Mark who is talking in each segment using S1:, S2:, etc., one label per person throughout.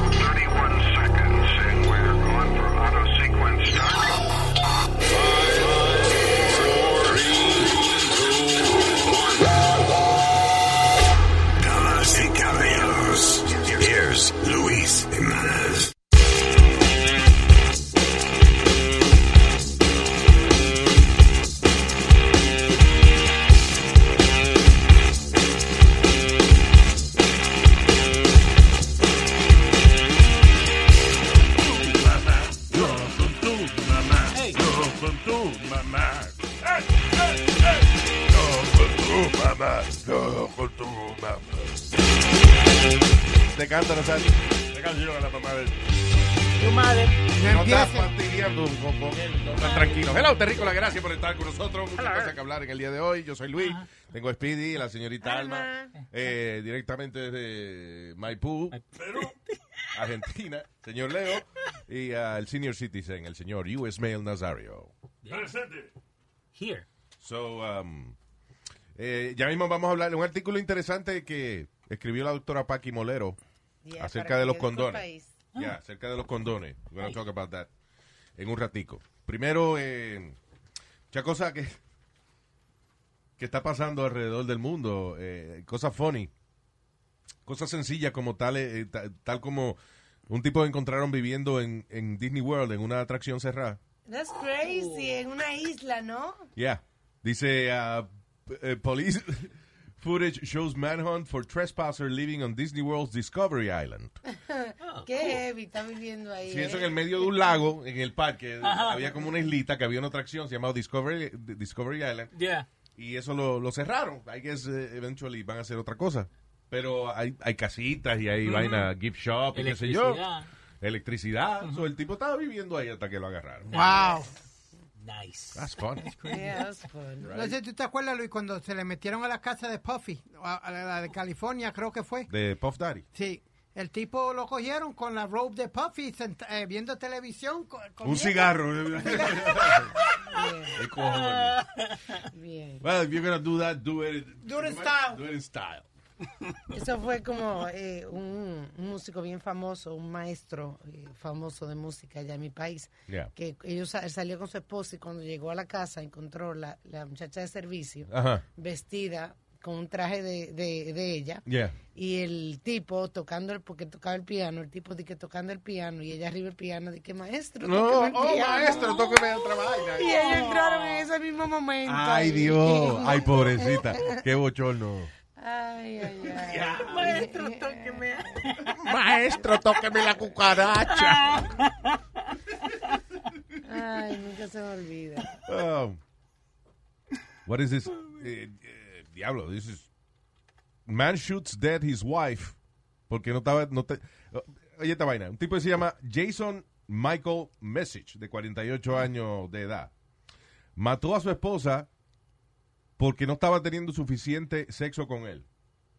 S1: 31 seconds, and we're going for auto sequence start.
S2: Damas y caballeros, here's Luis Jimenez.
S3: Te canta, no sabes. Te canción a la mamá de
S4: Tu madre.
S3: No
S4: No
S3: estás
S4: empieces.
S3: fastidiando con, con él. No estás tranquilo. Hello, Terrícola, gracias por estar con nosotros. Muchas cosas que hablar en el día de hoy. Yo soy Luis. Tengo a Speedy, la señorita Alma, eh, directamente desde Maipú, Perú, Argentina, señor Leo, y al senior citizen, el señor U.S. Mail Nazario.
S1: Presente.
S4: Here.
S3: So, um, eh, ya mismo vamos a hablar de un artículo interesante que escribió la doctora Paqui Molero
S5: Yeah,
S3: acerca
S5: para
S3: de
S5: que
S3: los
S5: quede con
S3: condones.
S5: país.
S3: Ya, acerca de los condones. We're gonna talk about that en un ratico. Primero, eh, mucha cosa que, que está pasando alrededor del mundo. eh, cosas funny. Cosas sencillas como tal, eh, ta- tal, como un tipo encontraron viviendo en, en Disney World, en una atracción cerrada.
S5: That's crazy, en una isla, ¿no?
S3: Yeah. Dice, uh, p- eh, police footage shows manhunt for trespasser living on Disney World's Discovery Island.
S5: Qué heavy, está viviendo ahí.
S3: Sí, eso en
S5: ¿eh?
S3: el medio de un lago, en el parque, había como una islita que había una atracción, se llamaba Discovery, Discovery Island,
S4: Yeah.
S3: y eso lo, lo cerraron. I guess eh, eventually van a hacer otra cosa. Pero hay, hay casitas y hay vaina, gift shop, y qué sé yo.
S4: Electricidad.
S3: Electricidad. So, el tipo estaba viviendo ahí hasta que lo agarraron.
S6: Wow.
S4: Nice.
S3: That's funny.
S5: Yeah, Ah. that's fun.
S6: No sé si tú te acuerdas, Luis, cuando se le metieron a la casa de Puffy, a, a la de California, creo que fue.
S3: De Puff Daddy.
S6: Sí. El tipo lo cogieron con la robe de Puffy sent- eh, viendo televisión. co-
S3: Un
S6: comiendo.
S3: cigarro. Qué cojones.
S5: Bien.
S3: Well, if you're gonna do that, do it.
S6: Do it in style.
S3: Do it in style.
S5: Eso fue como eh, un, un músico bien famoso, un maestro eh, famoso de música allá en mi país,
S3: Yeah.
S5: que ellos, sa- él salió con su esposa y cuando llegó a la casa encontró la, la muchacha de servicio
S3: Ajá.
S5: vestida con un traje de, de, de ella.
S3: Yeah.
S5: Y el tipo tocando, el, porque tocaba el piano, el tipo de que tocando el piano y ella arriba el piano, de que maestro.
S3: No,
S5: tócame el
S3: oh,
S5: piano".
S3: maestro, tóqueme otra vaina.
S5: Y ellos entraron en ese mismo momento.
S3: Ay,
S5: ahí.
S3: Dios. Ay, pobrecita. Qué bochorno.
S5: Ay, ay, ay.
S4: Maestro, tóqueme.
S3: Maestro, tóqueme la cucaracha.
S5: Ay, nunca se me olvida.
S3: Um, what is this? Eh, eh, diablo, this is... Man shoots dead his wife. Porque no estaba... No te- Oye, esta vaina. Un tipo que se llama Jason Michael Message, de 48 años de edad. Mató a su esposa porque no estaba teniendo suficiente sexo con él.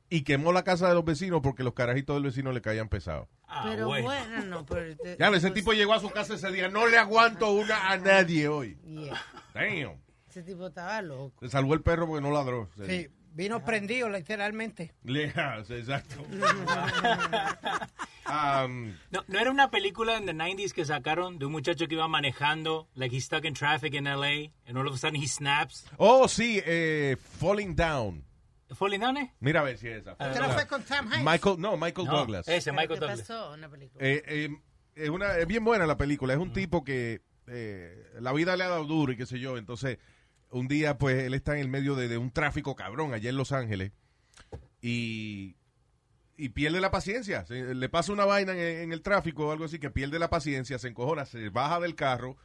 S3: Y quemó la casa de los vecinos porque los carajitos del vecino le caían pesados.
S4: Ah,
S5: Pero
S4: bueno.
S5: bueno, no, pero... te-
S3: Ya, ese
S5: pues,
S3: tipo llegó a su casa ese día. No le aguanto una a nadie hoy.
S5: yeah.
S3: Damn.
S5: Ese tipo estaba loco.
S3: Se salvó el perro porque no ladró. Se-
S6: Sí, vino prendido, literalmente.
S3: Le- ah, exacto. Um,
S4: No, no era una película en the 90s que sacaron de un muchacho que iba manejando, like he's stuck in traffic in LA, and all of a sudden he snaps.
S3: oh, sí, eh, Falling Down.
S4: Falling down, eh?
S3: Mira a ver si es esa.
S6: ¿Usted no fue con Sam Hanks?
S3: Michael, no, Michael
S4: No,
S3: Douglas. Es,
S4: Ese, Michael
S5: ¿Qué
S4: Douglas.
S5: pasó en la película?
S3: eh, eh, es una, es bien buena la película. Es un tipo que eh, la vida le ha dado duro y qué sé yo. Entonces, un día, pues, él está en el medio de, de un tráfico cabrón allá en Los Ángeles y, y pierde la paciencia. Se- le pasa una vaina en, en el tráfico o algo así que pierde la paciencia, se encojona, se baja del carro,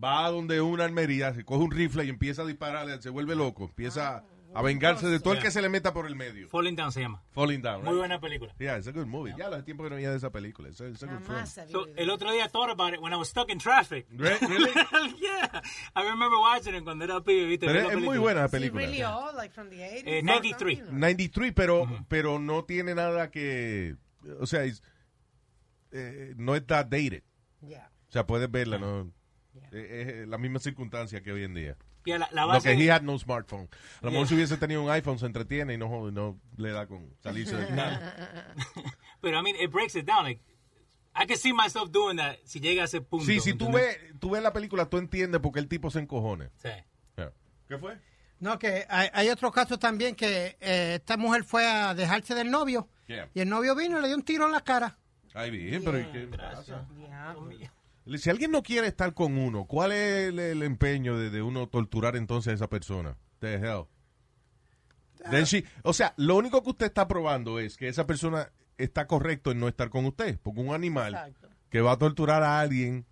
S3: va a donde una armería, se coge un rifle y empieza a dispararle, se vuelve loco, empieza a vengarse de todo el
S4: Yeah.
S3: que se le meta por el medio.
S4: Falling down se llama.
S3: Falling down.
S4: Muy
S3: right?
S4: buena película.
S3: Yeah, it's a good movie. Ya, hace tiempo que no veía de esa película. It's a- it's a good film.
S5: Jamás había
S4: So,
S5: oído.
S4: el otro día thought about it when I was stuck in traffic.
S3: Re- really?
S4: yeah, I remember watching it cuando era pibe, ¿viste?
S3: Pero
S4: Ver la
S3: es, es muy
S4: película.
S3: buena la
S5: Sí,
S3: película.
S5: really old, like from the 80s.
S4: Eh, 93.
S5: No, no, no.
S3: 93, pero, pero no tiene nada que... O sea, es- eh, no está dated.
S5: Yeah.
S3: O sea, puedes verla, ¿no? Eh, Es la misma eh, circunstancia que hoy en día.
S4: Ya, la, la
S3: Lo
S4: base,
S3: que he had no smartphone. A lo mejor
S4: Yeah.
S3: si hubiese tenido un iPhone se entretiene y no, jode- no le da con salirse de
S4: But I mean, it breaks it down. Like, I can see myself doing that si llega a ese punto.
S3: Sí, si tú
S4: ¿entendés?
S3: ves, tú ves la película, tú entiendes por qué el tipo se encojone.
S4: Sí.
S3: Yeah. ¿Qué fue?
S6: No, que hay, hay otro caso también que eh, esta mujer fue a dejarse del novio
S3: Yeah.
S6: y el novio vino y le dio un tiro en la cara.
S3: Ay, bien, pero ¿y qué pasa?
S5: Diablo.
S3: Si alguien no quiere estar con uno, ¿cuál es el, el empeño de, de uno torturar entonces a esa persona? The hell. Then she- o sea, lo único que usted está probando es que esa persona está correcto en no estar con usted, porque un animal
S5: Exacto.
S3: que va a torturar a alguien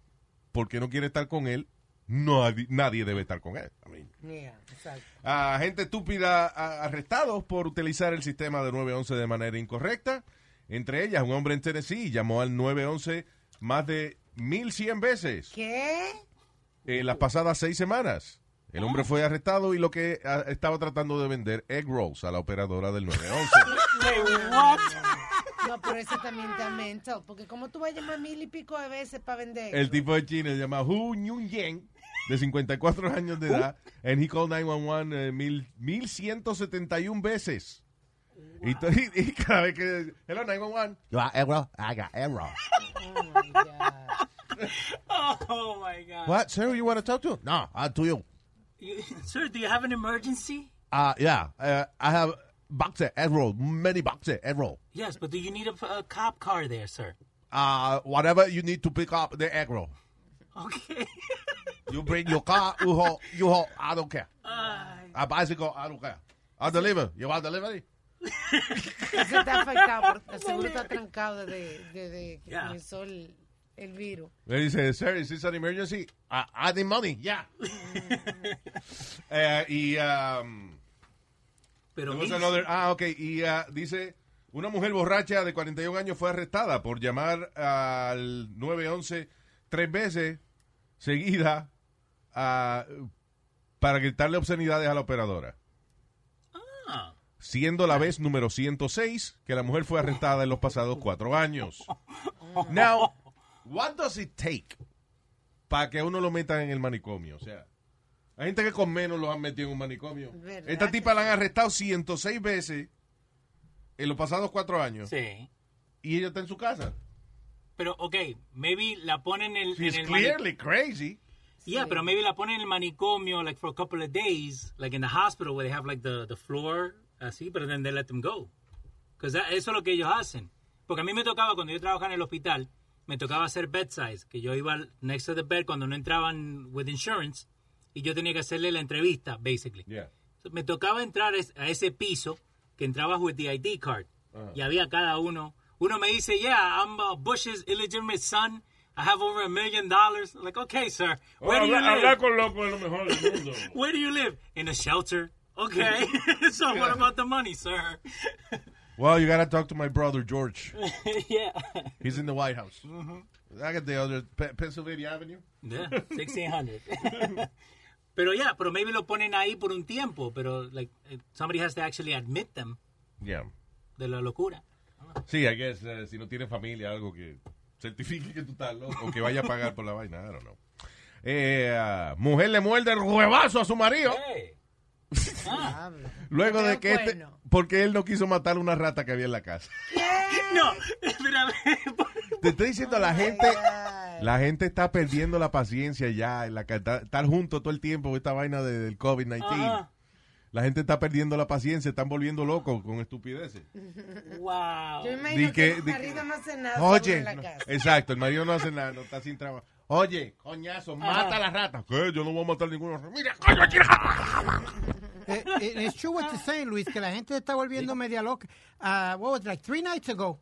S3: porque no quiere estar con él, no, nadie debe estar con él. I mean,
S5: Yeah, exacto.
S3: a gente estúpida a- arrestados por utilizar el sistema de 911 de manera incorrecta. Entre ellas, un hombre en Tennessee llamó al 911 más de 1.100 veces
S5: ¿Qué?
S3: en las pasadas seis semanas. El hombre fue arrestado y lo que a- estaba tratando de vender egg rolls a la operadora del 911.
S5: No, pero eso también está mental. Porque como tú vas a llamar mil y pico de veces para vender.
S3: El tipo de China se llama Hu Nyun Yen, de 54 años de edad, and he called 911 eh, mil- 1171 veces. Y, to- y- y cada vez que. Hello, 911. You are error, I got error.
S5: Oh, my God.
S4: Oh my God.
S3: What, sir, you want to talk to? No, uh, to you.
S4: You- sir, do you have an emergency?
S3: Uh, yeah, uh, I have boxer, egg roll, many boxer, egg roll.
S4: Yes, but do you need a, a cop car there, sir?
S3: Uh, whatever you need to pick up the egg roll.
S4: Okay.
S3: You bring your car, you haul, you haul, I don't care. A bicycle, I don't care. I'll deliver. You want delivery?
S5: Eso está afectado. porque el seguro está trancado desde, desde que
S4: Yeah.
S5: comenzó el, el virus.
S3: Le dice, sir, is this an emergency? I, I need money, yeah. Eh, y um,
S4: Pero
S3: there was
S4: mil-
S3: another- ah, ok, y ah, dice, una mujer borracha de 41 años fue arrestada por llamar al 911 tres veces seguida ah, para gritarle obscenidades a la operadora.
S4: Ah.
S3: siendo la vez número 106 que la mujer fue arrestada en los pasados cuatro años. Now, what does it take para que a uno lo metan en el manicomio? O sea, hay gente que con menos los han metido en un manicomio.
S5: ¿Verdad
S3: Esta
S5: que
S3: tipa la han arrestado 106 veces en los pasados cuatro años
S4: Sí.
S3: y ella está en su casa.
S4: Pero, okay, maybe la ponen en, en
S3: She's
S4: el manicomio.
S3: clearly crazy.
S4: Yeah, pero maybe la ponen en el manicomio like for a couple of days, like in the hospital where they have like the, the floor así, but then they let them go. Because eso es lo que ellos hacen. Porque a mí me tocaba cuando yo trabajaba en el hospital, me tocaba hacer bedside, que yo iba al- next to the bed cuando no entraban with insurance y yo tenía que hacerle la entrevista, basically.
S3: Yeah.
S4: So, Me tocaba entrar es- a ese piso que entraba with the ID card. Y había cada uno. Uno me dice, yeah, I'm uh, Bush's illegitimate son. I have over a million dollars. Like, okay, sir. Where do you live?
S3: con loco es lo mejor del mundo.
S4: Where do you live? In a shelter. Okay. so what about the money, sir?
S3: Well, you gotta talk to my brother George.
S4: yeah.
S3: He's in the White House. I got the other Pe- Pennsylvania Avenue.
S4: Yeah, 1600. pero yeah, pero maybe lo ponen ahí por un tiempo, pero like eh, somebody has to actually admit them
S3: Yeah.
S4: de la locura.
S3: Sí, I guess, eh, si no tiene familia, algo que certifique que tú estás loco o que vaya a pagar por la vaina, I don't know. Eh, ah, mujer le muerde el huevazo a su marido
S4: Hey. Ah.
S5: Diablo.
S3: luego de
S5: Pero
S3: que este,
S5: bueno.
S3: porque él no quiso matar una rata que había en la casa.
S4: No, espérame.
S3: Te estoy diciendo, la gente la gente está perdiendo la paciencia ya, en la, ca- ta- estar junto todo el tiempo con esta vaina de- del COVID-19.
S4: Ajá.
S3: La gente está perdiendo la paciencia, están volviendo locos con estupideces.
S4: Wow.
S5: Yo me imagino
S3: Di que-
S5: que, el
S3: di-
S5: marido no hace nada solo
S3: Oye,
S5: en la
S3: no- Eh.
S5: casa.
S3: exacto, el marido no hace nada, no está sin trabajo. Oye, coñazo, mata a la rata. ¿Qué? Yo no voy a matar ninguna rata. Mira, coño, aquí
S6: Eh, eh, it's true what you're saying, Luis, que la gente está volviendo media loca. Ah, what was it, like three nights ago,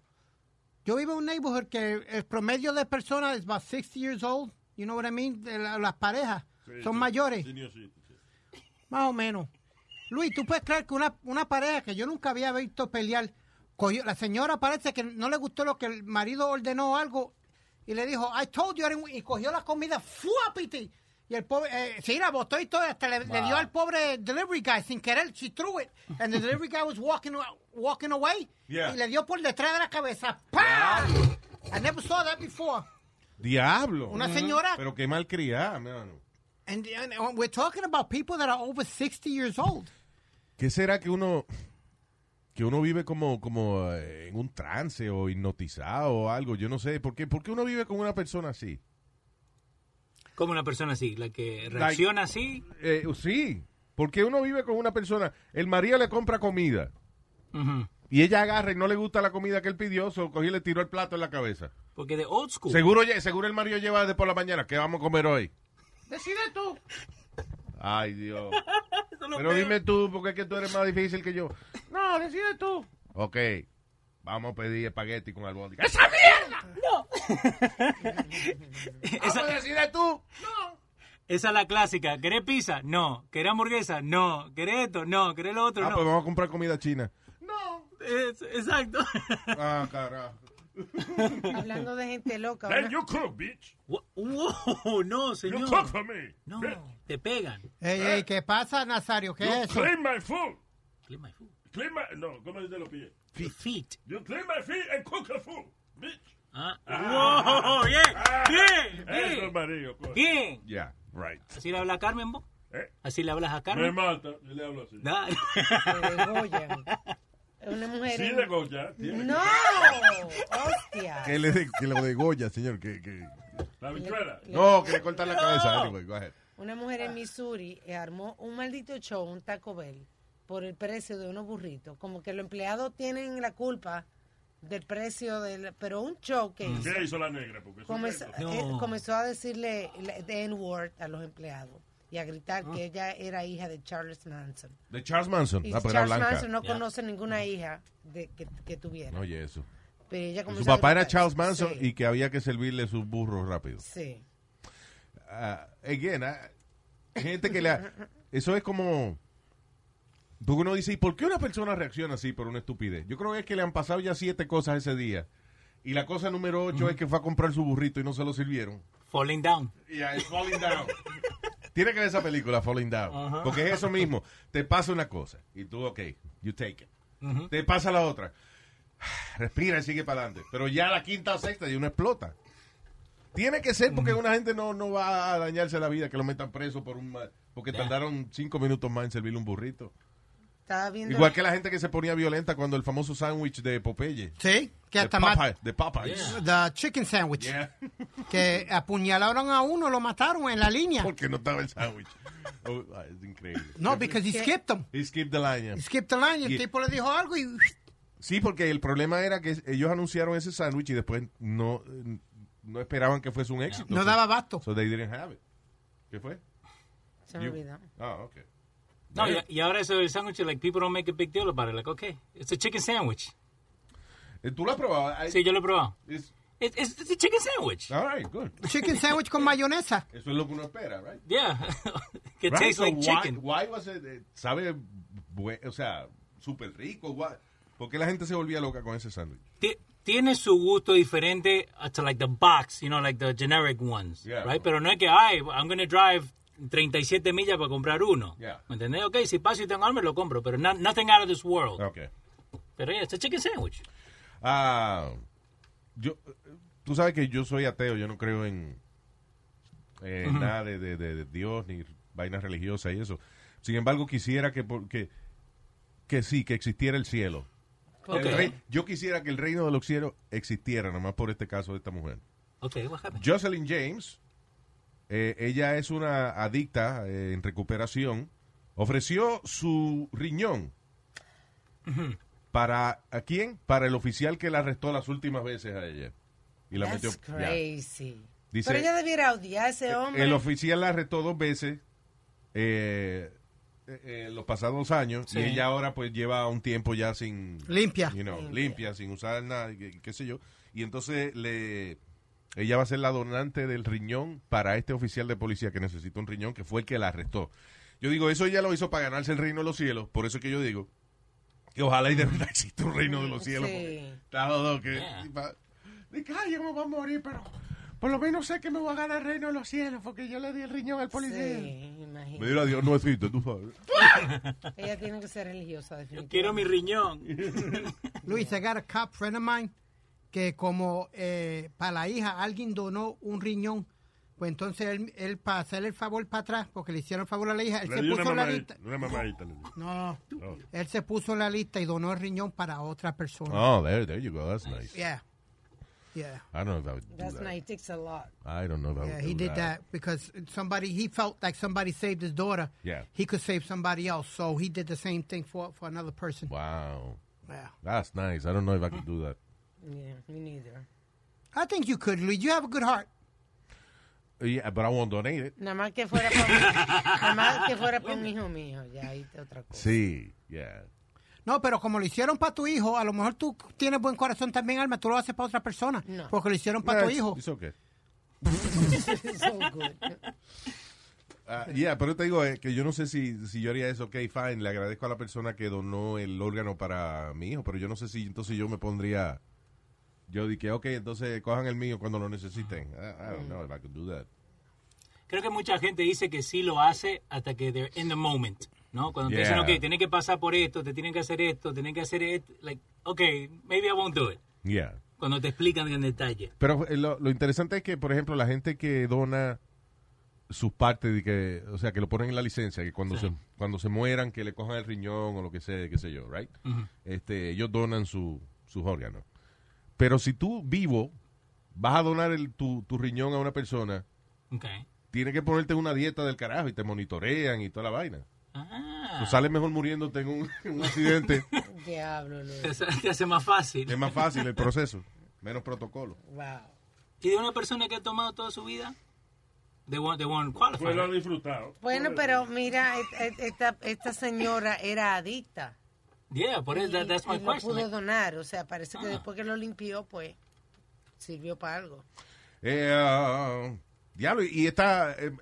S6: yo vivo en un neighborhood que el promedio de personas es about 60 years old. You know what I mean? De la- las parejas son mayores. Más o menos. Luis, ¿tú puedes creer que una, una pareja que yo nunca había visto pelear, cogió- la señora parece que no le gustó lo que el marido ordenó o algo y le dijo, I told you, I didn't- y cogió la comida, fuapiti. Y el pobre, eh, sí, la botó y todo, hasta le, le dio al pobre delivery guy sin querer, she threw it. And the delivery guy was walking, walking away
S3: Yeah.
S6: y le dio por detrás de la cabeza. ¡Pam! I never saw that before.
S3: Diablo. Mm,
S6: Una señora
S3: Pero qué malcriada, mano.
S6: And, and we're talking about people that are over 60 years old.
S3: ¿Qué será que uno que uno vive como como eh, en un trance o hipnotizado o algo? Yo no sé. ¿Por qué, por qué uno vive con una persona así?
S4: Como una persona así, la que reacciona así.
S3: Eh, sí. Porque uno vive con una persona. El marido le compra comida
S4: ujú,
S3: y ella agarra y no le gusta la comida que él pidió, so cogió y le tiró el plato en la cabeza.
S4: Porque de old school.
S3: Seguro, lle- seguro el marido lleva desde por la mañana. ¿Qué vamos a comer hoy?
S5: Decide tú.
S3: Ay, Dios.
S4: Eso es lo
S3: Pero
S4: peor.
S3: dime tú, porque es que tú eres más difícil que yo.
S5: No, decide tú.
S3: Ok, vamos a pedir espagueti con albóndiga. ¡Esa mierda! ¡No! ¿Vamos a decir de tú?
S4: Esa es la clásica. ¿Querés pizza? No. ¿Querés hamburguesa? No. ¿Querés esto? No. ¿Querés lo otro?
S3: Ah,
S4: no.
S3: pues vamos a comprar comida china.
S4: Es- exacto.
S3: Ah, carajo.
S5: Hablando de gente loca. ahora-
S3: cook, bitch.
S4: Wo- Wow, no, señor.
S3: for me.
S4: No, te pegan.
S6: Hey, hey, ¿Qué pasa, Nazario? ¿Qué es eso?
S3: my food.
S4: Clean my food.
S3: Clean my... No, ¿cómo se lo pide?
S4: Feet.
S3: You clean my feet and cook the food, bitch. Ah.
S4: Ah. Wow, bien, bien, bien,
S3: marido.
S4: bien.
S3: Yeah, right.
S4: ¿Así le habla a Carmen vos?
S3: ¿Eh?
S4: ¿Así le hablas a Carmen?
S3: mata, yo le hablo así.
S4: Da-
S5: Te degollan. Es Una mujer.
S3: Goya.
S5: no, hostia.
S3: Que, le de, que lo degolla, señor. Que, que...
S7: La bichuela.
S3: No, que le cortan la cabeza. Anyway, go ahead.
S5: Una mujer
S7: Ah.
S5: en Missouri eh, armó un maldito show, un Taco Bell, por el precio de unos burritos. Como que los empleados tienen la culpa del precio del... Pero un show que hizo,
S7: ¿Qué hizo la negra? Porque Mm. eso
S5: comenzó,
S7: es
S4: No.
S5: eh, comenzó a decirle la- the N-word a los empleados y a gritar
S7: Ah.
S5: que ella era hija de Charles Manson.
S3: De Charles Manson.
S5: Y
S3: Ah, pero era
S5: Charles
S3: blanca.
S5: Manson no
S4: Ya.
S5: conoce ninguna hija de, que, que tuviera.
S3: No, Oye, eso.
S5: Pero ella
S3: Su
S5: comenzó a
S3: papá era
S5: gritar.
S3: Charles Manson
S5: Sí,
S3: y que había que servirle sus burros rápido.
S5: Sí.
S3: Ah, again, ah, gente que la... Eso es como... Porque uno dice, ¿y por qué una persona reacciona así por una estupidez? Yo creo que es que le han pasado ya siete cosas ese día. Y la cosa número ocho es que fue a comprar su burrito y no se lo sirvieron.
S4: Falling down.
S3: Yeah, it's falling down. Tiene que ver esa película, Falling Down.
S4: Ajá.
S3: Porque es eso mismo. Te pasa una cosa y tú, ok, you take it.
S4: Ujú.
S3: Te pasa la otra. Respira y sigue para adelante. Pero ya la quinta o sexta y uno explota. Tiene que ser porque una gente no, no va a dañarse la vida que lo metan preso por un ma- porque
S4: Yeah.
S3: tardaron cinco minutos más en servirle un burrito.
S5: Estaba viendo...
S3: Igual que la gente que se ponía violenta cuando el famoso sándwich de Popeye.
S6: Sí, que
S3: De
S6: hasta más.
S3: Popeye. De Popeyes.
S6: The chicken sandwich.
S3: Yeah.
S6: Que apuñalaron a uno, lo mataron en la línea.
S3: Porque no estaba el sándwich. Oh, ah, es increíble.
S6: No, because he skipped them.
S3: He skipped the line. yeah.
S6: He skipped the line. El
S3: Yeah.
S6: tipo le dijo algo y...
S3: Sí, porque el problema era que ellos anunciaron ese sándwich y después no, no esperaban que fuese un éxito.
S6: No daba abasto.
S3: So they didn't have it. ¿Qué fue?
S5: Se me
S3: You-
S5: olvidó.
S3: Ah, ok.
S4: No, y, y ahora eso del sándwich, like, people don't make a big deal about it. Like, okay, it's a chicken sandwich.
S3: Eh, ¿Tú lo has probado? I-
S4: Sí, yo lo he probado.
S3: it's-
S4: It's, it's, it's a chicken sandwich.
S3: all right, good.
S6: Chicken sandwich con mayonesa.
S3: Eso es lo que uno espera, right?
S4: Yeah.
S3: Right,
S4: It tastes
S3: so
S4: like
S3: why-
S4: chicken.
S3: Why, was it, eh, sabe, bue- o sea, súper rico. why- ¿Por qué la gente se volvía loca con ese sándwich?
S4: Ti- Tiene su gusto diferente to like the box, you know, like the generic ones,
S3: Yeah.
S4: right? Pero no es que, ay, I'm going to drive 37 millas para comprar uno.
S3: Yeah.
S4: ¿Me entendés? Ok, si paso y tengo hambre, lo compro, pero no- nothing out of this world.
S3: Okay.
S4: Pero yeah, it's a chicken sandwich.
S3: Ah, yo, tú sabes que yo soy ateo, yo no creo en, en nada de, de- de- de Dios ni vainas religiosas y eso. Sin embargo, quisiera que, por- que, que sí, que existiera el cielo.
S4: Ok,
S3: El rey- yo quisiera que el reino de los cielos existiera, nomás por este caso de esta mujer.
S4: okay what happened?
S3: Jocelyn James, eh, ella es una adicta eh, en recuperación, ofreció su riñón. ¿Para a quién? Para el oficial que la arrestó las últimas veces a ella. Y la
S5: That's
S3: metió- ya.
S5: crazy.
S3: Dice-
S5: Pero ella debiera odiar a ese hombre.
S3: El oficial la arrestó dos veces eh, eh, eh, los pasados años
S4: Sí.
S3: y ella ahora pues lleva un tiempo ya sin...
S6: Limpia.
S3: you know, limpia.
S5: Limpia.
S3: sin usar nada, qué, qué sé yo. Y entonces le ella va a ser la donante del riñón para este oficial de policía que necesita un riñón, que fue el que la arrestó. Yo digo, eso ella lo hizo para ganarse el reino de los cielos, por eso es que yo digo que ojalá y de verdad exista un reino de los cielos.
S5: Sí.
S3: porque Está jodido que...
S4: Yeah.
S3: va- de que, "Ay, yo me voy a morir, pero por lo menos sé que me voy a ganar el reino de los cielos, porque yo le di el riñón al policía.
S5: Sí, imagínate.
S3: Me dio la Dios, no es cierto, tú sabes.
S5: Ella tiene que ser religiosa,
S4: Yo quiero mi
S5: definitivamente.
S4: riñón.
S6: Luis, I got a cop friend of mine que como eh, para la hija alguien donó un riñón Pues entonces él, él para hacerle el favor para atrás, porque le hicieron favor a la hija, él
S7: Le
S6: se
S7: dio una
S6: puso en la
S7: mamadita.
S6: lista.
S7: Una mamadita le dio.
S6: No,
S7: Oh.
S6: él se puso en la lista y donó el riñón para otra persona.
S3: Oh, there, there you go. That's nice.
S6: Yeah. Yeah.
S3: I don't know if I would do
S5: That's
S3: that.
S5: nice. It takes a lot.
S3: I don't know if I would
S6: Yeah,
S3: do
S6: he did that because somebody he felt like somebody saved his daughter.
S3: Yeah.
S6: He could save somebody else, so he did the same thing for for another person.
S3: Wow.
S6: Yeah.
S3: That's nice. I don't know if I could do that.
S5: Yeah, me neither.
S6: I think you could, Luis. You have a good heart.
S3: Uh, Yeah, but I won't donate it.
S5: Nada más que fuera para nada más que fuera para un hijo mío, ya ahí está otra cosa.
S3: Sí. Yeah.
S6: No, pero como lo hicieron para tu hijo, a lo mejor tú tienes buen corazón también, Alma, tú lo haces para otra persona.
S5: No.
S6: Porque lo hicieron
S3: Nah,
S6: para tu
S3: it's-
S6: hijo.
S3: It's okay.
S5: It's all good.
S3: Ah, yeah, pero te digo eh, que yo no sé si, si yo haría eso. Ok, fine, le agradezco a la persona que donó el órgano para mi hijo, pero yo no sé si entonces yo me pondría. Yo dije, ok, entonces cojan el mío cuando lo necesiten. I, I don't know if I could do that.
S4: Creo que mucha gente dice que sí lo hace hasta que they're in the moment, ¿no? Cuando te dicen,
S3: Yeah.
S4: ok, tienes que pasar por esto, te tienen que hacer esto, tienen que hacer esto, like, ok, maybe I won't do it.
S3: Yeah.
S4: Cuando te explican en detalle.
S3: Pero eh, lo, lo interesante es que, por ejemplo, la gente que dona sus partes, de que, o sea, que lo ponen en la licencia, que cuando, se, cuando se mueran, que le cojan el riñón o lo que sea, qué sé yo, right? este, ellos donan su- sus órganos. Pero si tú vivo vas a donar el- tu, tu riñón a una persona,
S4: Ok.
S3: tiene que ponerte una dieta del carajo y te monitorean y toda la vaina.
S4: Ah,
S3: Tú sales mejor muriéndote en un, en un accidente.
S5: Diablo, Luis.
S4: te hace- te hace más fácil.
S3: es más fácil el proceso, menos protocolo.
S5: Wow.
S4: ¿Y de una persona que ha tomado toda su vida? They won't, they won't qualify.
S7: Pues lo ha disfrutado. Pues,
S5: Bueno, pero mira, et- et- esta, esta señora era adicta.
S4: yeah, por eso, that- that's my
S5: y no
S4: question.
S5: pudo donar, o sea, parece que
S4: Ah.
S5: después que lo limpió, pues sirvió para algo.
S3: Eh, ah, diablo, y está... eh,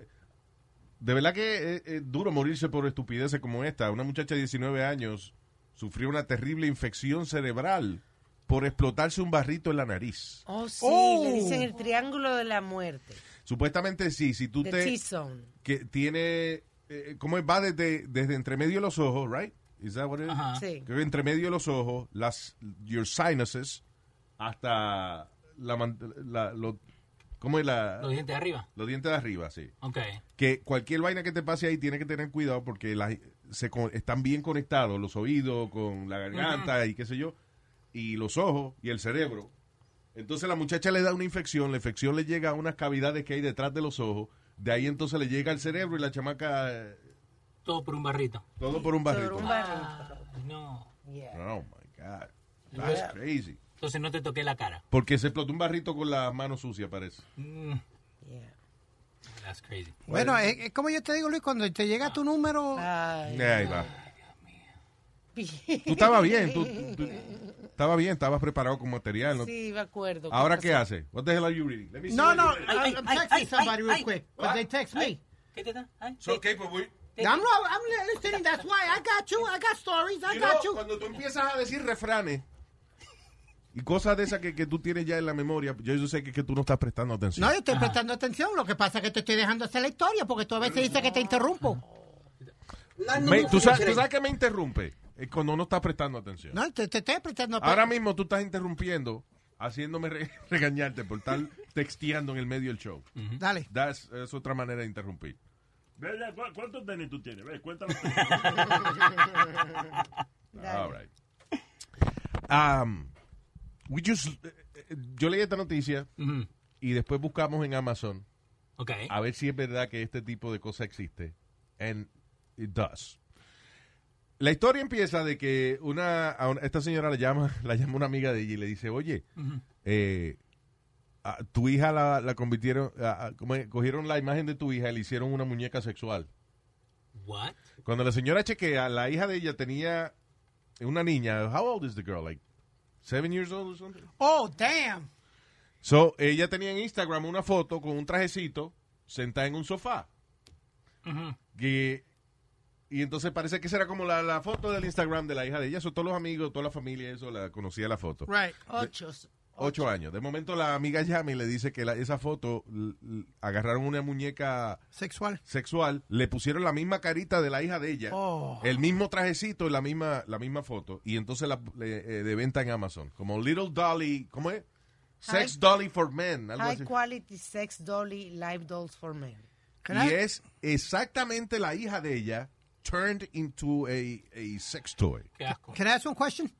S3: de verdad que es, es duro morirse por estupideces como esta. Una muchacha de 19 años sufrió una terrible infección cerebral por explotarse un barrito en la nariz.
S5: Oh, sí,
S6: Oh.
S5: le dicen el triángulo de la muerte,
S3: Supuestamente sí, si tú
S5: the
S3: te...
S5: T-zone.
S3: que tiene eh, cómo es? va desde desde entre medio de los ojos, right? Is that what it is?
S4: Ajá.
S5: Sí.
S3: Que entre medio de los ojos, las your sinuses hasta la, man- la- lo- ¿cómo es la
S4: Los dientes de arriba.
S3: los dientes de arriba, sí.
S4: Ok.
S3: Que cualquier vaina que te pase ahí tiene que tener cuidado porque las- se con- están bien conectados los oídos con la garganta y qué sé yo, y los ojos y el cerebro. Entonces la muchacha le da una infección, la infección le llega a unas cavidades que hay detrás de los ojos, de ahí entonces le llega al cerebro y la chamaca eh,
S4: Todo por un barrito.
S3: todo por un
S5: Por
S3: barrito.
S5: un barrito.
S4: Ay, no.
S5: Yeah.
S3: Oh my God. That's crazy.
S4: Entonces no te toqué la cara.
S3: Porque se explotó un barrito con las manos sucias, parece.
S4: Mm,
S5: Yeah.
S4: that's crazy.
S6: Bueno, es, es como yo te digo, Luis, cuando te llega tu número,
S5: Ay,
S3: Ahí va. Tú estabas bien, tú, tú- estabas bien, estabas preparado con material. ¿no?
S5: sí, me acuerdo.
S3: Ahora,
S5: pasó?
S3: ¿qué hace? What the hell are you reading? Let me see
S6: pues no,
S3: what
S6: no,
S3: you're reading.
S6: I, I'm
S4: Ay, ay, ay,
S6: texting somebody
S4: ay,
S6: real
S4: ay.
S6: quick, but they text me.
S4: ¿Qué te da? Ay,
S3: It's okay, pues, voy-
S6: I'm not, I'm listening. That's why I got you. I got stories. I
S3: You
S6: got
S3: know,
S6: you.
S3: Cuando tú empiezas a decir refranes y cosas de esas que, que tú tienes ya en la memoria, yo, yo sé que, que tú no estás prestando atención.
S6: No, yo estoy prestando atención. Lo que pasa es que te estoy dejando hacer la historia porque tú a veces dices que te interrumpo.
S3: Me- tú, sabes, tú sabes que me interrumpe eh, cuando no estás prestando atención.
S6: No, te, te estoy prestando.
S3: Ahora mismo tú estás interrumpiendo, haciéndome re- regañarte por estar texteando en el medio del show.
S6: Dale.
S3: That's- es otra manera de interrumpir.
S7: Ve ya, ¿cu- ¿Cuántos tenis tú tienes? Ve, cuéntalo.
S3: All right. Um, we just- eh, eh, yo leí esta noticia
S4: Ujú.
S3: y después buscamos en Amazon
S4: Mm-hmm. Ok.
S3: a ver si es verdad que este tipo de cosa existe. And it does. La historia empieza de que una, a una- esta señora la llama, la llama una amiga de ella y le dice, oye, eh, a- tu hija la, la convirtieron, a- a- ¿cómo es? cogieron la imagen de tu hija y le hicieron una muñeca sexual.
S4: What?
S3: Cuando la señora chequea, la hija de ella tenía una niña. How old is the girl? Like seven years old or something?
S6: Oh, damn.
S3: So, ella tenía en Instagram una foto con un trajecito sentada en un sofá. Que- y entonces parece que esa era como la, la foto del Instagram de la hija de ella. Eso todos los amigos, toda la familia, eso la conocía la foto.
S6: Right.
S5: Ocho.
S6: Eh,
S3: Ocho años. De momento la amiga llama y le dice que la- esa foto l- l- agarraron una muñeca
S6: Sexual.
S3: sexual, le pusieron la misma carita de la hija de ella,
S6: Oh.
S3: el mismo trajecito y la misma, la misma foto, y entonces la le- eh, de venta en Amazon, como Little Dolly, ¿cómo es? Sex Dolly for Men, algo
S5: High
S3: así.
S5: quality sex dolly live dolls for men.
S6: Can I-
S3: Y es exactamente la hija de ella turned into a, a sex toy.
S4: Qué asco.
S6: Can I ask one question?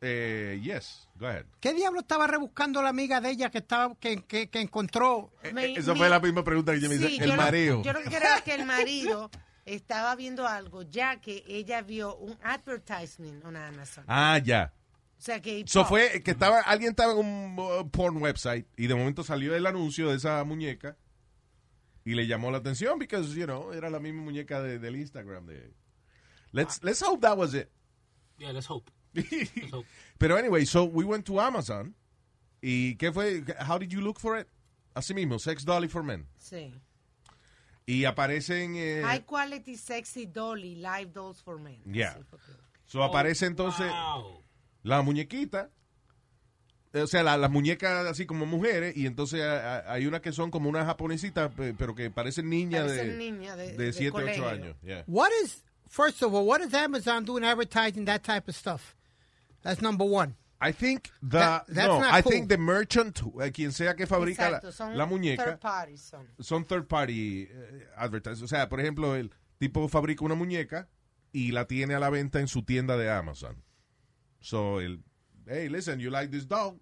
S3: Eh, yes, go ahead.
S6: ¿Qué diablo estaba rebuscando la amiga de ella que estaba que, que, que encontró?
S5: Me-
S3: Eh, Esa
S5: mi-
S3: fue la misma pregunta que yo me hice.
S5: Sí,
S3: El
S5: yo lo-
S3: mareo.
S5: yo lo que creo es que el marido estaba viendo algo, ya que ella vio un advertisement en Amazon.
S3: Ah, ya.
S5: O sea que.
S3: Eso fue que estaba, alguien estaba en un uh, porn website y de momento salió el anuncio de esa muñeca y le llamó la atención because, you know, era la misma muñeca de- del Instagram de... Let's, let's hope that was it.
S4: Yeah, let's hope. Let's hope.
S3: Pero anyway, so we went to Amazon y ¿qué fue? How did you look for it? Así mismo, Sex Dolly for Men.
S5: Sí.
S3: Y aparecen... eh,
S5: High quality sexy dolly live dolls for men.
S3: Yeah.
S5: Así fue que-
S3: so aparece entonces...
S4: Wow.
S3: la muñequita, eh, o sea, la- las muñecas así como mujeres, y entonces a- a- hay unas que son como una japonesita, pe- pero que parecen niñas de,
S5: Parecen niña de-
S3: de
S5: de
S3: 7, 8
S5: colegio.
S3: años. Yeah.
S6: What is first of all, what is Amazon doing advertising that type of stuff? That's number one.
S3: I think the,
S6: That- that's
S3: no,
S6: not
S3: I
S6: cool.
S3: think the merchant, eh, quien sea que fabrica la-
S5: Exacto, son
S3: la, muñeca,
S5: Third parties son.
S3: son third party eh, advertisers. O sea, por ejemplo, el tipo fabrica una muñeca y la tiene a la venta en su tienda de Amazon. So, el, hey, listen, you like this dog,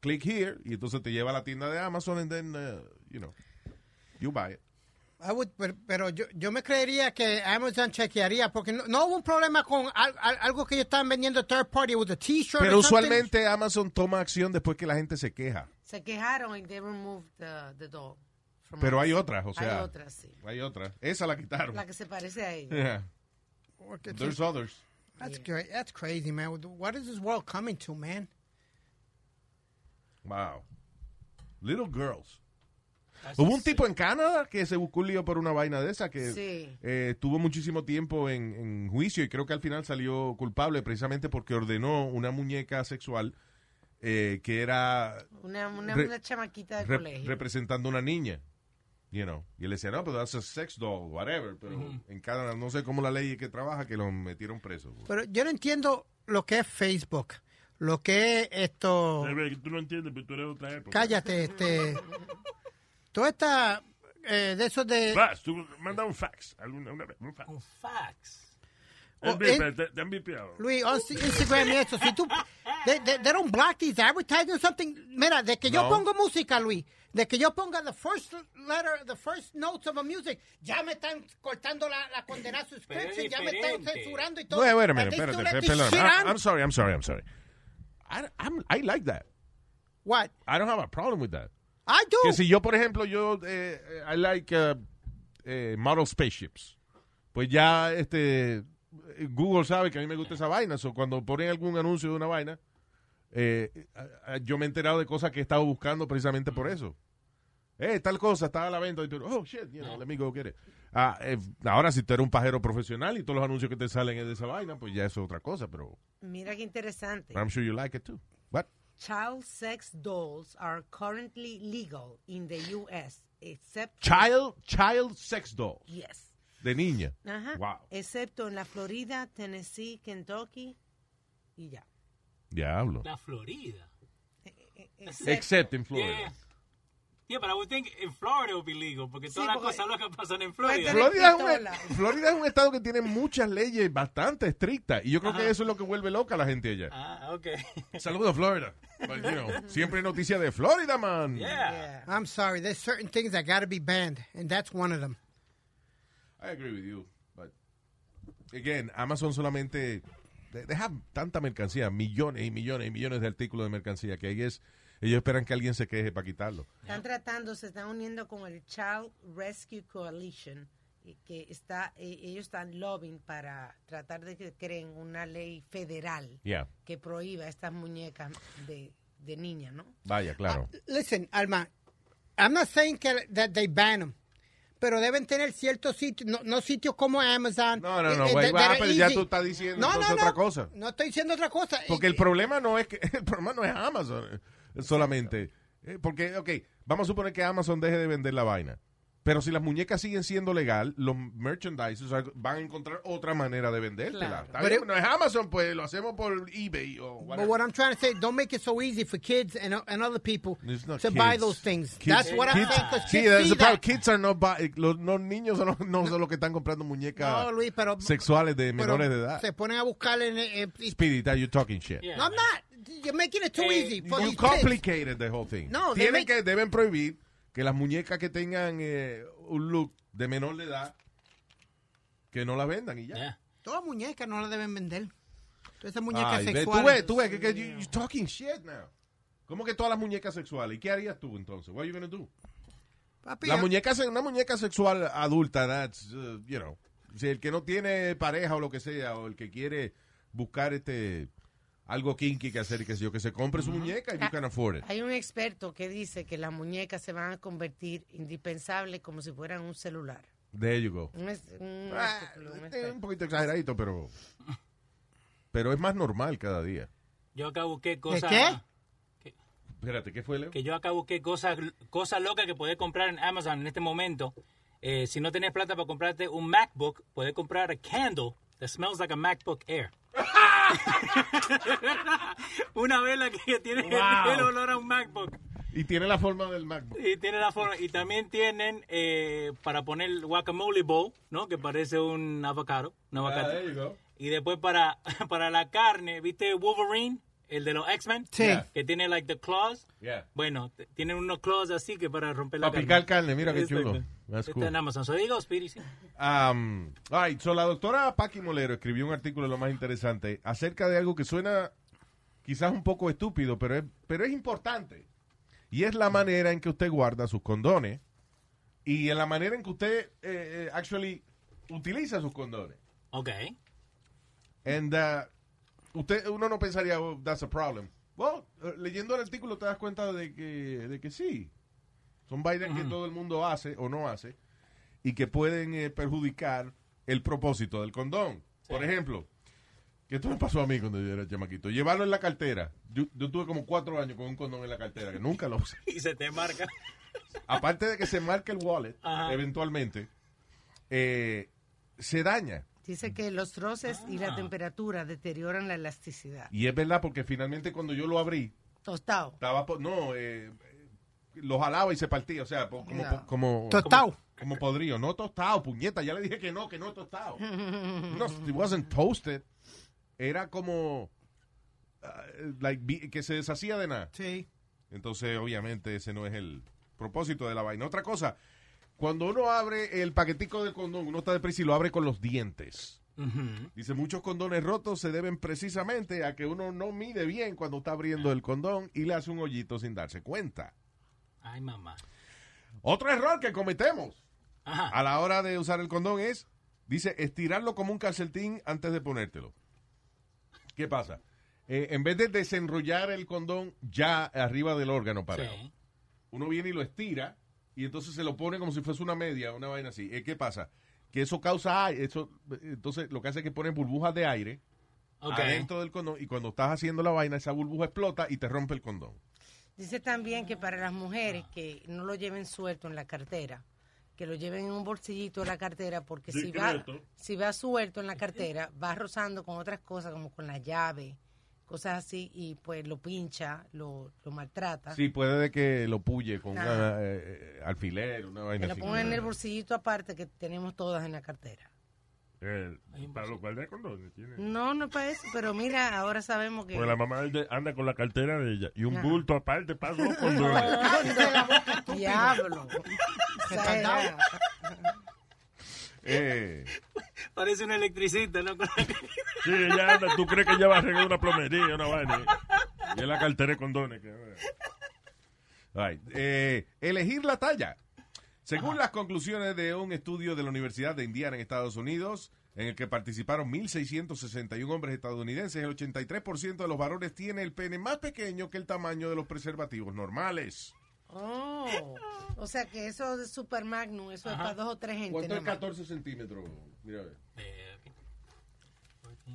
S3: click here, y entonces te lleva a la tienda de Amazon and then, uh, you know, you buy it.
S6: I would, pero, pero yo, yo me creería que Amazon chequearía porque no, no hubo un problema con al- al- algo que ellos estaban vendiendo third party with a t-shirt.
S3: Pero
S6: or something.
S3: usualmente Amazon toma acción después que la gente se queja.
S5: Se quejaron y they removed the, the doll. from
S3: Pero hay
S5: us.
S3: otras, o sea.
S5: Ah, Hay otras, sí.
S3: Hay otra. Esa la quitaron.
S5: La que se parece a ella.
S3: Yeah.
S6: Porque-
S3: There's others.
S6: That's great. That's crazy, man. What is this world coming to, man?
S3: Wow. Little girls.
S4: That's
S3: Hubo un
S4: insane.
S3: tipo en Canadá que se buscó un lío por una vaina de esa que
S5: Sí.
S3: eh, estuvo muchísimo tiempo en, en juicio y creo que al final salió culpable precisamente porque ordenó una muñeca sexual eh, que era
S5: Una, una,
S3: Re-
S5: una chamaquita de
S3: rep-
S5: colegio.
S3: representando una niña. You know. Y él decía, no, pero that's a sex doll, whatever. Pero en Canadá, no sé cómo la ley que trabaja, que los metieron presos. pues.
S6: Pero yo no entiendo lo que es Facebook, lo que es esto.
S7: Se ve que tú no entiendes, pero tú eres de otra época.
S6: Cállate, este. Toda esta. eh, de esos de.
S7: Fax, tú manda un fax. Alguna una vez, un fax.
S5: Oh,
S4: Con fax.
S6: Oh,
S5: eh.
S7: MVP,
S6: en-
S7: te, te han vipeado.
S6: Luis, on Instagram y eso. Si tú. They, they- they don't block these advertising or something. Mira, de que yo
S3: No.
S6: pongo música, Luis. De que yo ponga the first letter, the first notes of a music. Ya me están cortando la, la condenada subscription. Ya me están
S4: diferente.
S6: censurando y todo.
S3: Bueno, bueno,
S6: And they
S3: espérate,
S6: still let
S3: espérate,
S6: this
S3: perdóname.
S6: shit
S3: I-
S6: on.
S3: I'm sorry, I'm sorry, I'm sorry. I, I'm- I like that.
S6: What?
S3: I don't have a problem with that.
S6: I do.
S3: Que si yo, por ejemplo, yo, eh, eh, I like uh, eh, model spaceships. Pues ya, este, Google sabe que a mí me gusta esa vaina. So cuando ponen algún anuncio de una vaina, eh, a- a- yo me he enterado de cosas que he estado buscando precisamente por eso. Eh, tal cosa, estaba a la venta. Y tú, oh, shit, you know, let me go get it. Ah, eh, ahora, si tú eres un pajero profesional y todos los anuncios que te salen es de esa vaina, pues ya eso es otra cosa, pero
S5: Mira qué interesante.
S3: I'm sure you like it too. What?
S5: Child sex dolls are currently legal in the U.S. except
S3: Child, child sex dolls.
S5: yes,
S3: De niña.
S5: Ajá. Eh,
S3: Wow.
S5: excepto en la Florida, Tennessee, Kentucky y ya.
S3: Diablo.
S4: La Florida.
S5: E,
S3: Except in
S4: Yeah.
S3: Florida.
S4: yeah. Yeah, but I would think in Florida it would be legal porque
S5: Sí,
S4: todas las
S5: porque-
S4: cosas locas pasan en
S5: Puede
S4: Florida.
S5: tener-
S3: Florida es,
S5: Pistola.
S3: un- e- Florida es un estado que tiene muchas leyes bastante estrictas. Y yo creo que eso es lo que vuelve loca a la gente allá.
S4: Ah, okay.
S3: Saludos, Florida. But, you know, siempre hay noticia de Florida, man.
S4: Yeah.
S5: Yeah.
S6: I'm sorry. There's certain things that got to be banned, and that's one of them.
S3: I agree with you. But again, Amazon solamente they- they have tanta mercancía, millones y millones y millones de artículos de mercancía que ahí es. Ellos esperan que alguien se queje para quitarlo.
S5: Están tratando, se están uniendo con el Child Rescue Coalition, eh, que está, eh, ellos están lobbying para tratar de que creen una ley federal
S3: Yeah.
S5: que prohíba estas muñecas de, de niña, ¿no?
S3: Vaya, claro.
S6: Listen, Alma, I'm not saying que- that they ban them, pero deben tener ciertos sitios, no, no sitios como Amazon.
S3: No, no, no,
S6: eh, eh,
S3: güey,
S6: that- that
S3: va,
S6: are
S3: pero ya
S6: easy.
S3: tú estás diciendo entonces otra cosa.
S6: No estoy diciendo otra cosa.
S3: Porque el
S6: Eh,
S3: problema no es que el problema no es Amazon eh, solamente. Eh, Porque, ok, vamos a suponer que Amazon deje de vender la vaina. Pero si las muñecas siguen siendo legal, los merchandisers van a encontrar otra manera de vendértela.
S5: Claro.
S3: Está
S6: Pero-
S3: bien, no es Amazon, pues lo hacemos por eBay o
S6: But
S3: whatever.
S6: what I'm trying to say, don't make it so easy for kids and, and other people
S3: It's
S6: to
S3: not
S6: buy
S3: kids.
S6: those things.
S3: Kids-
S6: That's what I'm
S3: kids-
S6: saying. 'cause
S3: Sí,
S6: kids
S3: that's
S6: see
S3: the problem.
S6: that.
S3: Kids are not buy- los, los niños son los- no son los que están comprando muñecas
S6: No, Luis, pero-
S3: sexuales de
S6: Pero
S3: menores de edad.
S6: Se ponen a buscar en. en- en-
S3: Speedy, that you're talking shit.
S4: Yeah.
S6: No, I'm not. You're making it too
S4: Eh,
S6: easy for
S3: You
S6: these kids.
S3: complicated the whole thing.
S6: No, they
S3: Tienen
S6: make-
S3: que, deben prohibir que las muñecas que tengan eh, un look de menor de edad, que no las vendan y ya.
S4: Yeah.
S6: Todas muñecas no las deben vender. Todas esas muñecas
S3: Ay, ve, tú
S6: sexuales.
S3: ves, tú ves, que, que you- you're talking shit now. ¿Cómo que todas las muñecas sexuales? ¿Y qué harías tú entonces? What are you gonna do?
S6: Papi,
S3: La
S6: yo-
S3: muñeca, se- una muñeca sexual adulta, that's, uh, you know, si el que no tiene pareja o lo que sea, o el que quiere buscar este algo kinky que hacer, que sé yo, que se compre su muñeca,
S6: Ah.
S3: you can afford it.
S5: Hay un experto que dice que las muñecas se van a convertir indispensables como si fueran un celular.
S3: There you go.
S5: Un es- un
S3: Ah,
S5: artículo, un
S3: este es
S5: experto.
S3: un poquito exageradito, pero pero es más normal cada día.
S4: Yo acá busqué cosas.
S6: qué?
S3: Espérate, ¿qué fue, Leo?
S4: Que yo acá busqué cosas, cosas locas que puedes comprar en Amazon en este momento. Eh, si no tienes plata para comprarte un MacBook, puedes comprar a candle that smells like a MacBook Air. Una vela que tiene el olor a un MacBook.
S3: Y tiene la forma del MacBook.
S4: Y tiene la forma. Y también tienen eh, para poner guacamole bowl, ¿no? Que parece un avocado. Un
S3: Ah,
S4: aguacate.
S3: there you go.
S4: Y después para, para la carne, ¿viste Wolverine? El de los X-Men.
S6: Sí. Yeah.
S4: Que tiene, like, the claws.
S3: Yeah.
S4: Bueno, t- tienen unos claws así que para romper la
S3: Para picar carne, mira qué
S4: Exacto. Este
S3: chulo. That's
S4: Está
S3: cool.
S4: en Amazon. So, digo, Spirit, sí.
S3: Um, all right, so la doctora Paqui Molero escribió un artículo lo más interesante acerca de algo que suena quizás un poco estúpido, pero es, pero es importante. Y es la manera en que usted guarda sus condones y en la manera en que usted eh, eh, actually utiliza sus condones.
S4: Ok.
S3: And uh, usted, uno no pensaría, "Oh, that's a problem. Well, eh, leyendo el artículo te das cuenta de que, de que sí. Son vainas que todo el mundo hace o no hace y que pueden eh, perjudicar el propósito del condón. Por ejemplo, que esto me pasó a mí cuando yo era chamaquito. Llevarlo en la cartera. Yo, yo tuve como cuatro años con un condón en la cartera que nunca lo usé.
S4: Y se te marca.
S3: Aparte de que se marca el wallet,
S4: Ajá.
S3: eventualmente, eh, se daña.
S5: Dice que los roces y la temperatura deterioran la elasticidad.
S3: Y es verdad porque finalmente cuando yo lo abrí,
S5: Tostado.
S3: Estaba, po- no, eh, eh, lo jalaba y se partía, o sea, po- como, po- como...
S6: Tostado.
S3: Como, como podrido, no tostado, puñeta, ya le dije que no, que no es tostado. No, it wasn't toasted. Era como, ah, like, bi- que se deshacía de nada.
S6: Sí.
S3: Entonces, obviamente, ese no es el propósito de la vaina. Otra cosa, cuando uno abre el paquetico del condón, uno está deprisa y lo abre con los dientes. Dice, muchos condones rotos se deben precisamente a que uno no mide bien cuando está abriendo el condón y le hace un hoyito sin darse cuenta.
S4: Ay, mamá.
S3: Otro error que cometemos
S4: Ajá.
S3: a la hora de usar el condón es, dice, estirarlo como un calcetín antes de ponértelo. ¿Qué pasa? Eh, en vez de desenrollar el condón ya arriba del órgano para
S4: Sí.
S3: uno viene y lo estira y entonces se lo pone como si fuese una media, una vaina así. Eh, ¿Qué pasa? Que eso causa ai- eso entonces lo que hace es que ponen burbujas de aire
S4: Ok.
S3: adentro del condón y cuando estás haciendo la vaina esa burbuja explota y te rompe el condón.
S5: Dice también que para las mujeres que no lo lleven suelto en la cartera, que lo lleven en un bolsillito de la cartera, porque si va,
S7: Discreto.
S5: si va suelto en la cartera, va rozando con otras cosas, como con la llave, cosas así, y pues lo pincha, lo, lo maltrata.
S3: Sí, puede de que lo puye con
S5: Ajá.
S3: una, eh, eh, alfiler, una
S5: Ah. que
S3: vaina
S5: lo
S3: así.
S5: pongan en el bolsillito aparte que tenemos todas en la cartera.
S7: Eh, para lo cual da condones. Tiene.
S5: No, no es para eso, pero mira, ahora sabemos que...
S7: Porque la mamá de- anda con la cartera de ella y un
S5: Ajá.
S7: bulto aparte para los condones.
S5: Diablo.
S6: Se tardaba.
S5: Era-
S3: Eh,
S4: Parece un electricista, ¿no? Con la-
S7: Sí, ella anda, tú crees que ella va a arreglar una plomería, una vaina. Y es la cartera de condones. que-
S3: Right. Eh, elegir la talla. Según las conclusiones de un estudio de la Universidad de Indiana en Estados Unidos, en el que participaron 1.661 hombres estadounidenses, el 83% de los varones tiene el pene más pequeño que el tamaño de los preservativos normales.
S5: Oh, o sea que eso de Super Magnum, eso es para dos o tres gente.
S3: ¿Cuánto es
S5: nomás.
S3: 14 centímetros? Mira, a ver.
S4: Eh, ok.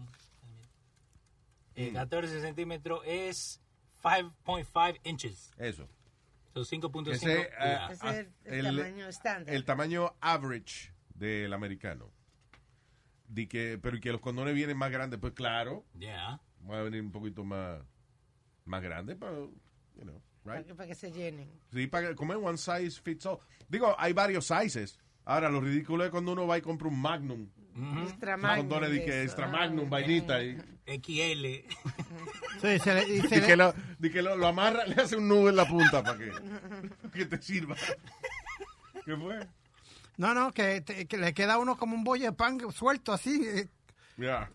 S3: Mm.
S4: Eh, 14 centímetros es 5.5 inches.
S3: eso.
S4: So, 5.5.
S3: Ese, ah,
S5: Ese es el- el tamaño estándar.
S3: El tamaño average del americano. Di que, pero y que los condones vienen más grandes, pues claro,
S4: yeah.
S3: va a venir un poquito más, más grande, pero, you know,
S5: para,
S3: right?
S5: que, para que se llenen.
S3: Sí, para que- como es one size fits all. Digo, hay varios sizes. Ahora, lo ridículo es cuando uno va y compra un Magnum.
S5: Extra
S3: Unos
S5: magnum.
S3: condones
S5: de
S3: de que
S5: eso.
S3: extra
S5: Ah,
S3: Magnum,
S5: ok.
S3: vainita. Y,
S4: XL.
S6: Sí, se le- y se
S3: di que,
S6: le-
S3: lo, di que lo, lo amarra, le hace un nudo en la punta para que, que te sirva. ¿Qué fue?
S6: no, no, que, te- que le queda a uno como un bollo de pan suelto así. eh.
S3: Ya.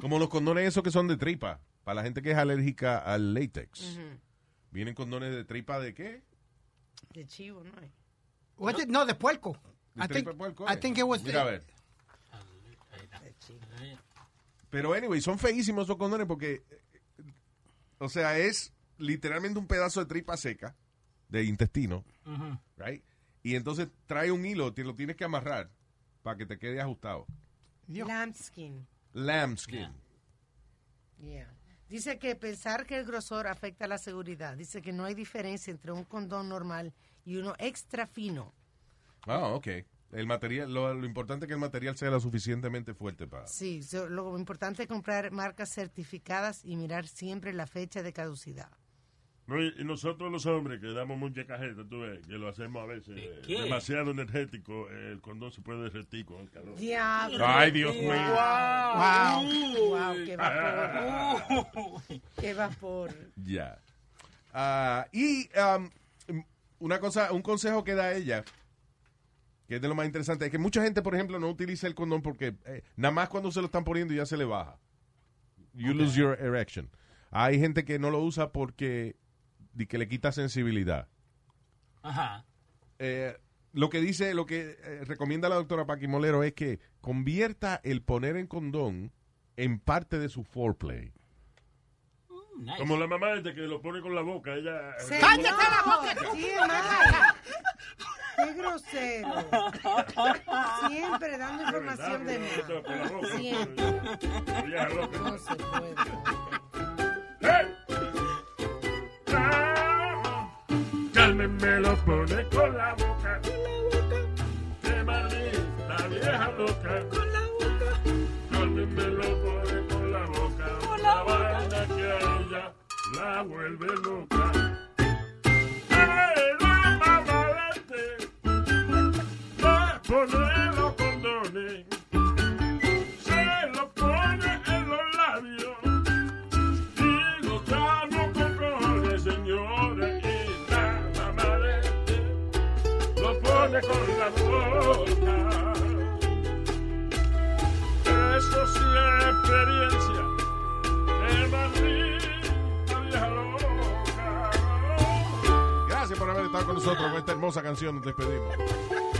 S3: Como los condones esos que son de tripa, para la gente que es alérgica al látex. Vienen condones de tripa de qué?
S5: De chivo, ¿no? es?
S6: What's it? No, de puerco.
S3: De
S6: I think,
S3: tripa de puerco,
S6: I
S3: eh.
S6: think it was
S3: Mira, a ver.
S5: De chivo.
S3: Pero anyway, son feísimos esos condones porque eh, eh, o sea, es literalmente un pedazo de tripa seca de intestino, right? Y entonces trae un hilo, te lo tienes que amarrar para que te quede ajustado.
S6: Dios.
S5: Lambskin.
S3: Lambskin.
S4: Yeah.
S5: Yeah. Dice que pensar que el grosor afecta la seguridad. Dice que no hay diferencia entre un condón normal y uno extra fino.
S3: Ah, ok. El material, lo, lo importante es que el material sea lo suficientemente fuerte para...
S5: Sí, so- lo importante es comprar marcas certificadas y mirar siempre la fecha de caducidad.
S7: No, y y nosotros los hombres que damos mucha cajeta, tú ves, que lo hacemos a veces eh,
S4: qué?
S7: demasiado energético, eh, el condón se puede derretir con el calor.
S5: Diablo.
S3: Ay, Dios mío.
S6: Wow.
S5: Wow, qué vapor. qué vapor.
S3: Ya. Ah, y am, una cosa, un consejo que da ella, que es de lo más interesante, es que mucha gente, por ejemplo, no utiliza el condón porque eh, nada más cuando se lo están poniendo ya se le baja. You lose your erection. Hay gente que no lo usa porque di que le quita sensibilidad.
S4: Ajá.
S3: Eh, lo que dice, lo que eh, recomienda la doctora Paqui Molero es que convierta el poner en condón en parte de su foreplay.
S4: Mm, nice.
S7: Como la mamá este que lo pone con la boca, ella... eh,
S5: ¡Cállate la boca tú! Sí, mal. ¡Qué grosero! Siempre dando información de
S7: Dámelo,
S5: más.
S7: con la boca.
S5: Siempre.
S7: Ella es loca.
S5: No se puede.
S7: Carmen me lo pone con la boca. Qué maldita vieja loca. Con la boca. Carmen me lo pone con la boca. Con la vaina que a ella la vuelve loca. ¡Ay, la mamalete! Va a poner los condones. Se lo pone en los labios. Y los trago con colores, señores, y la mamá de- lo pone con la boca. Eso sí es experiencia de maldita vieja loca.
S3: Gracias por haber estado con nosotros con esta hermosa canción. Nos despedimos.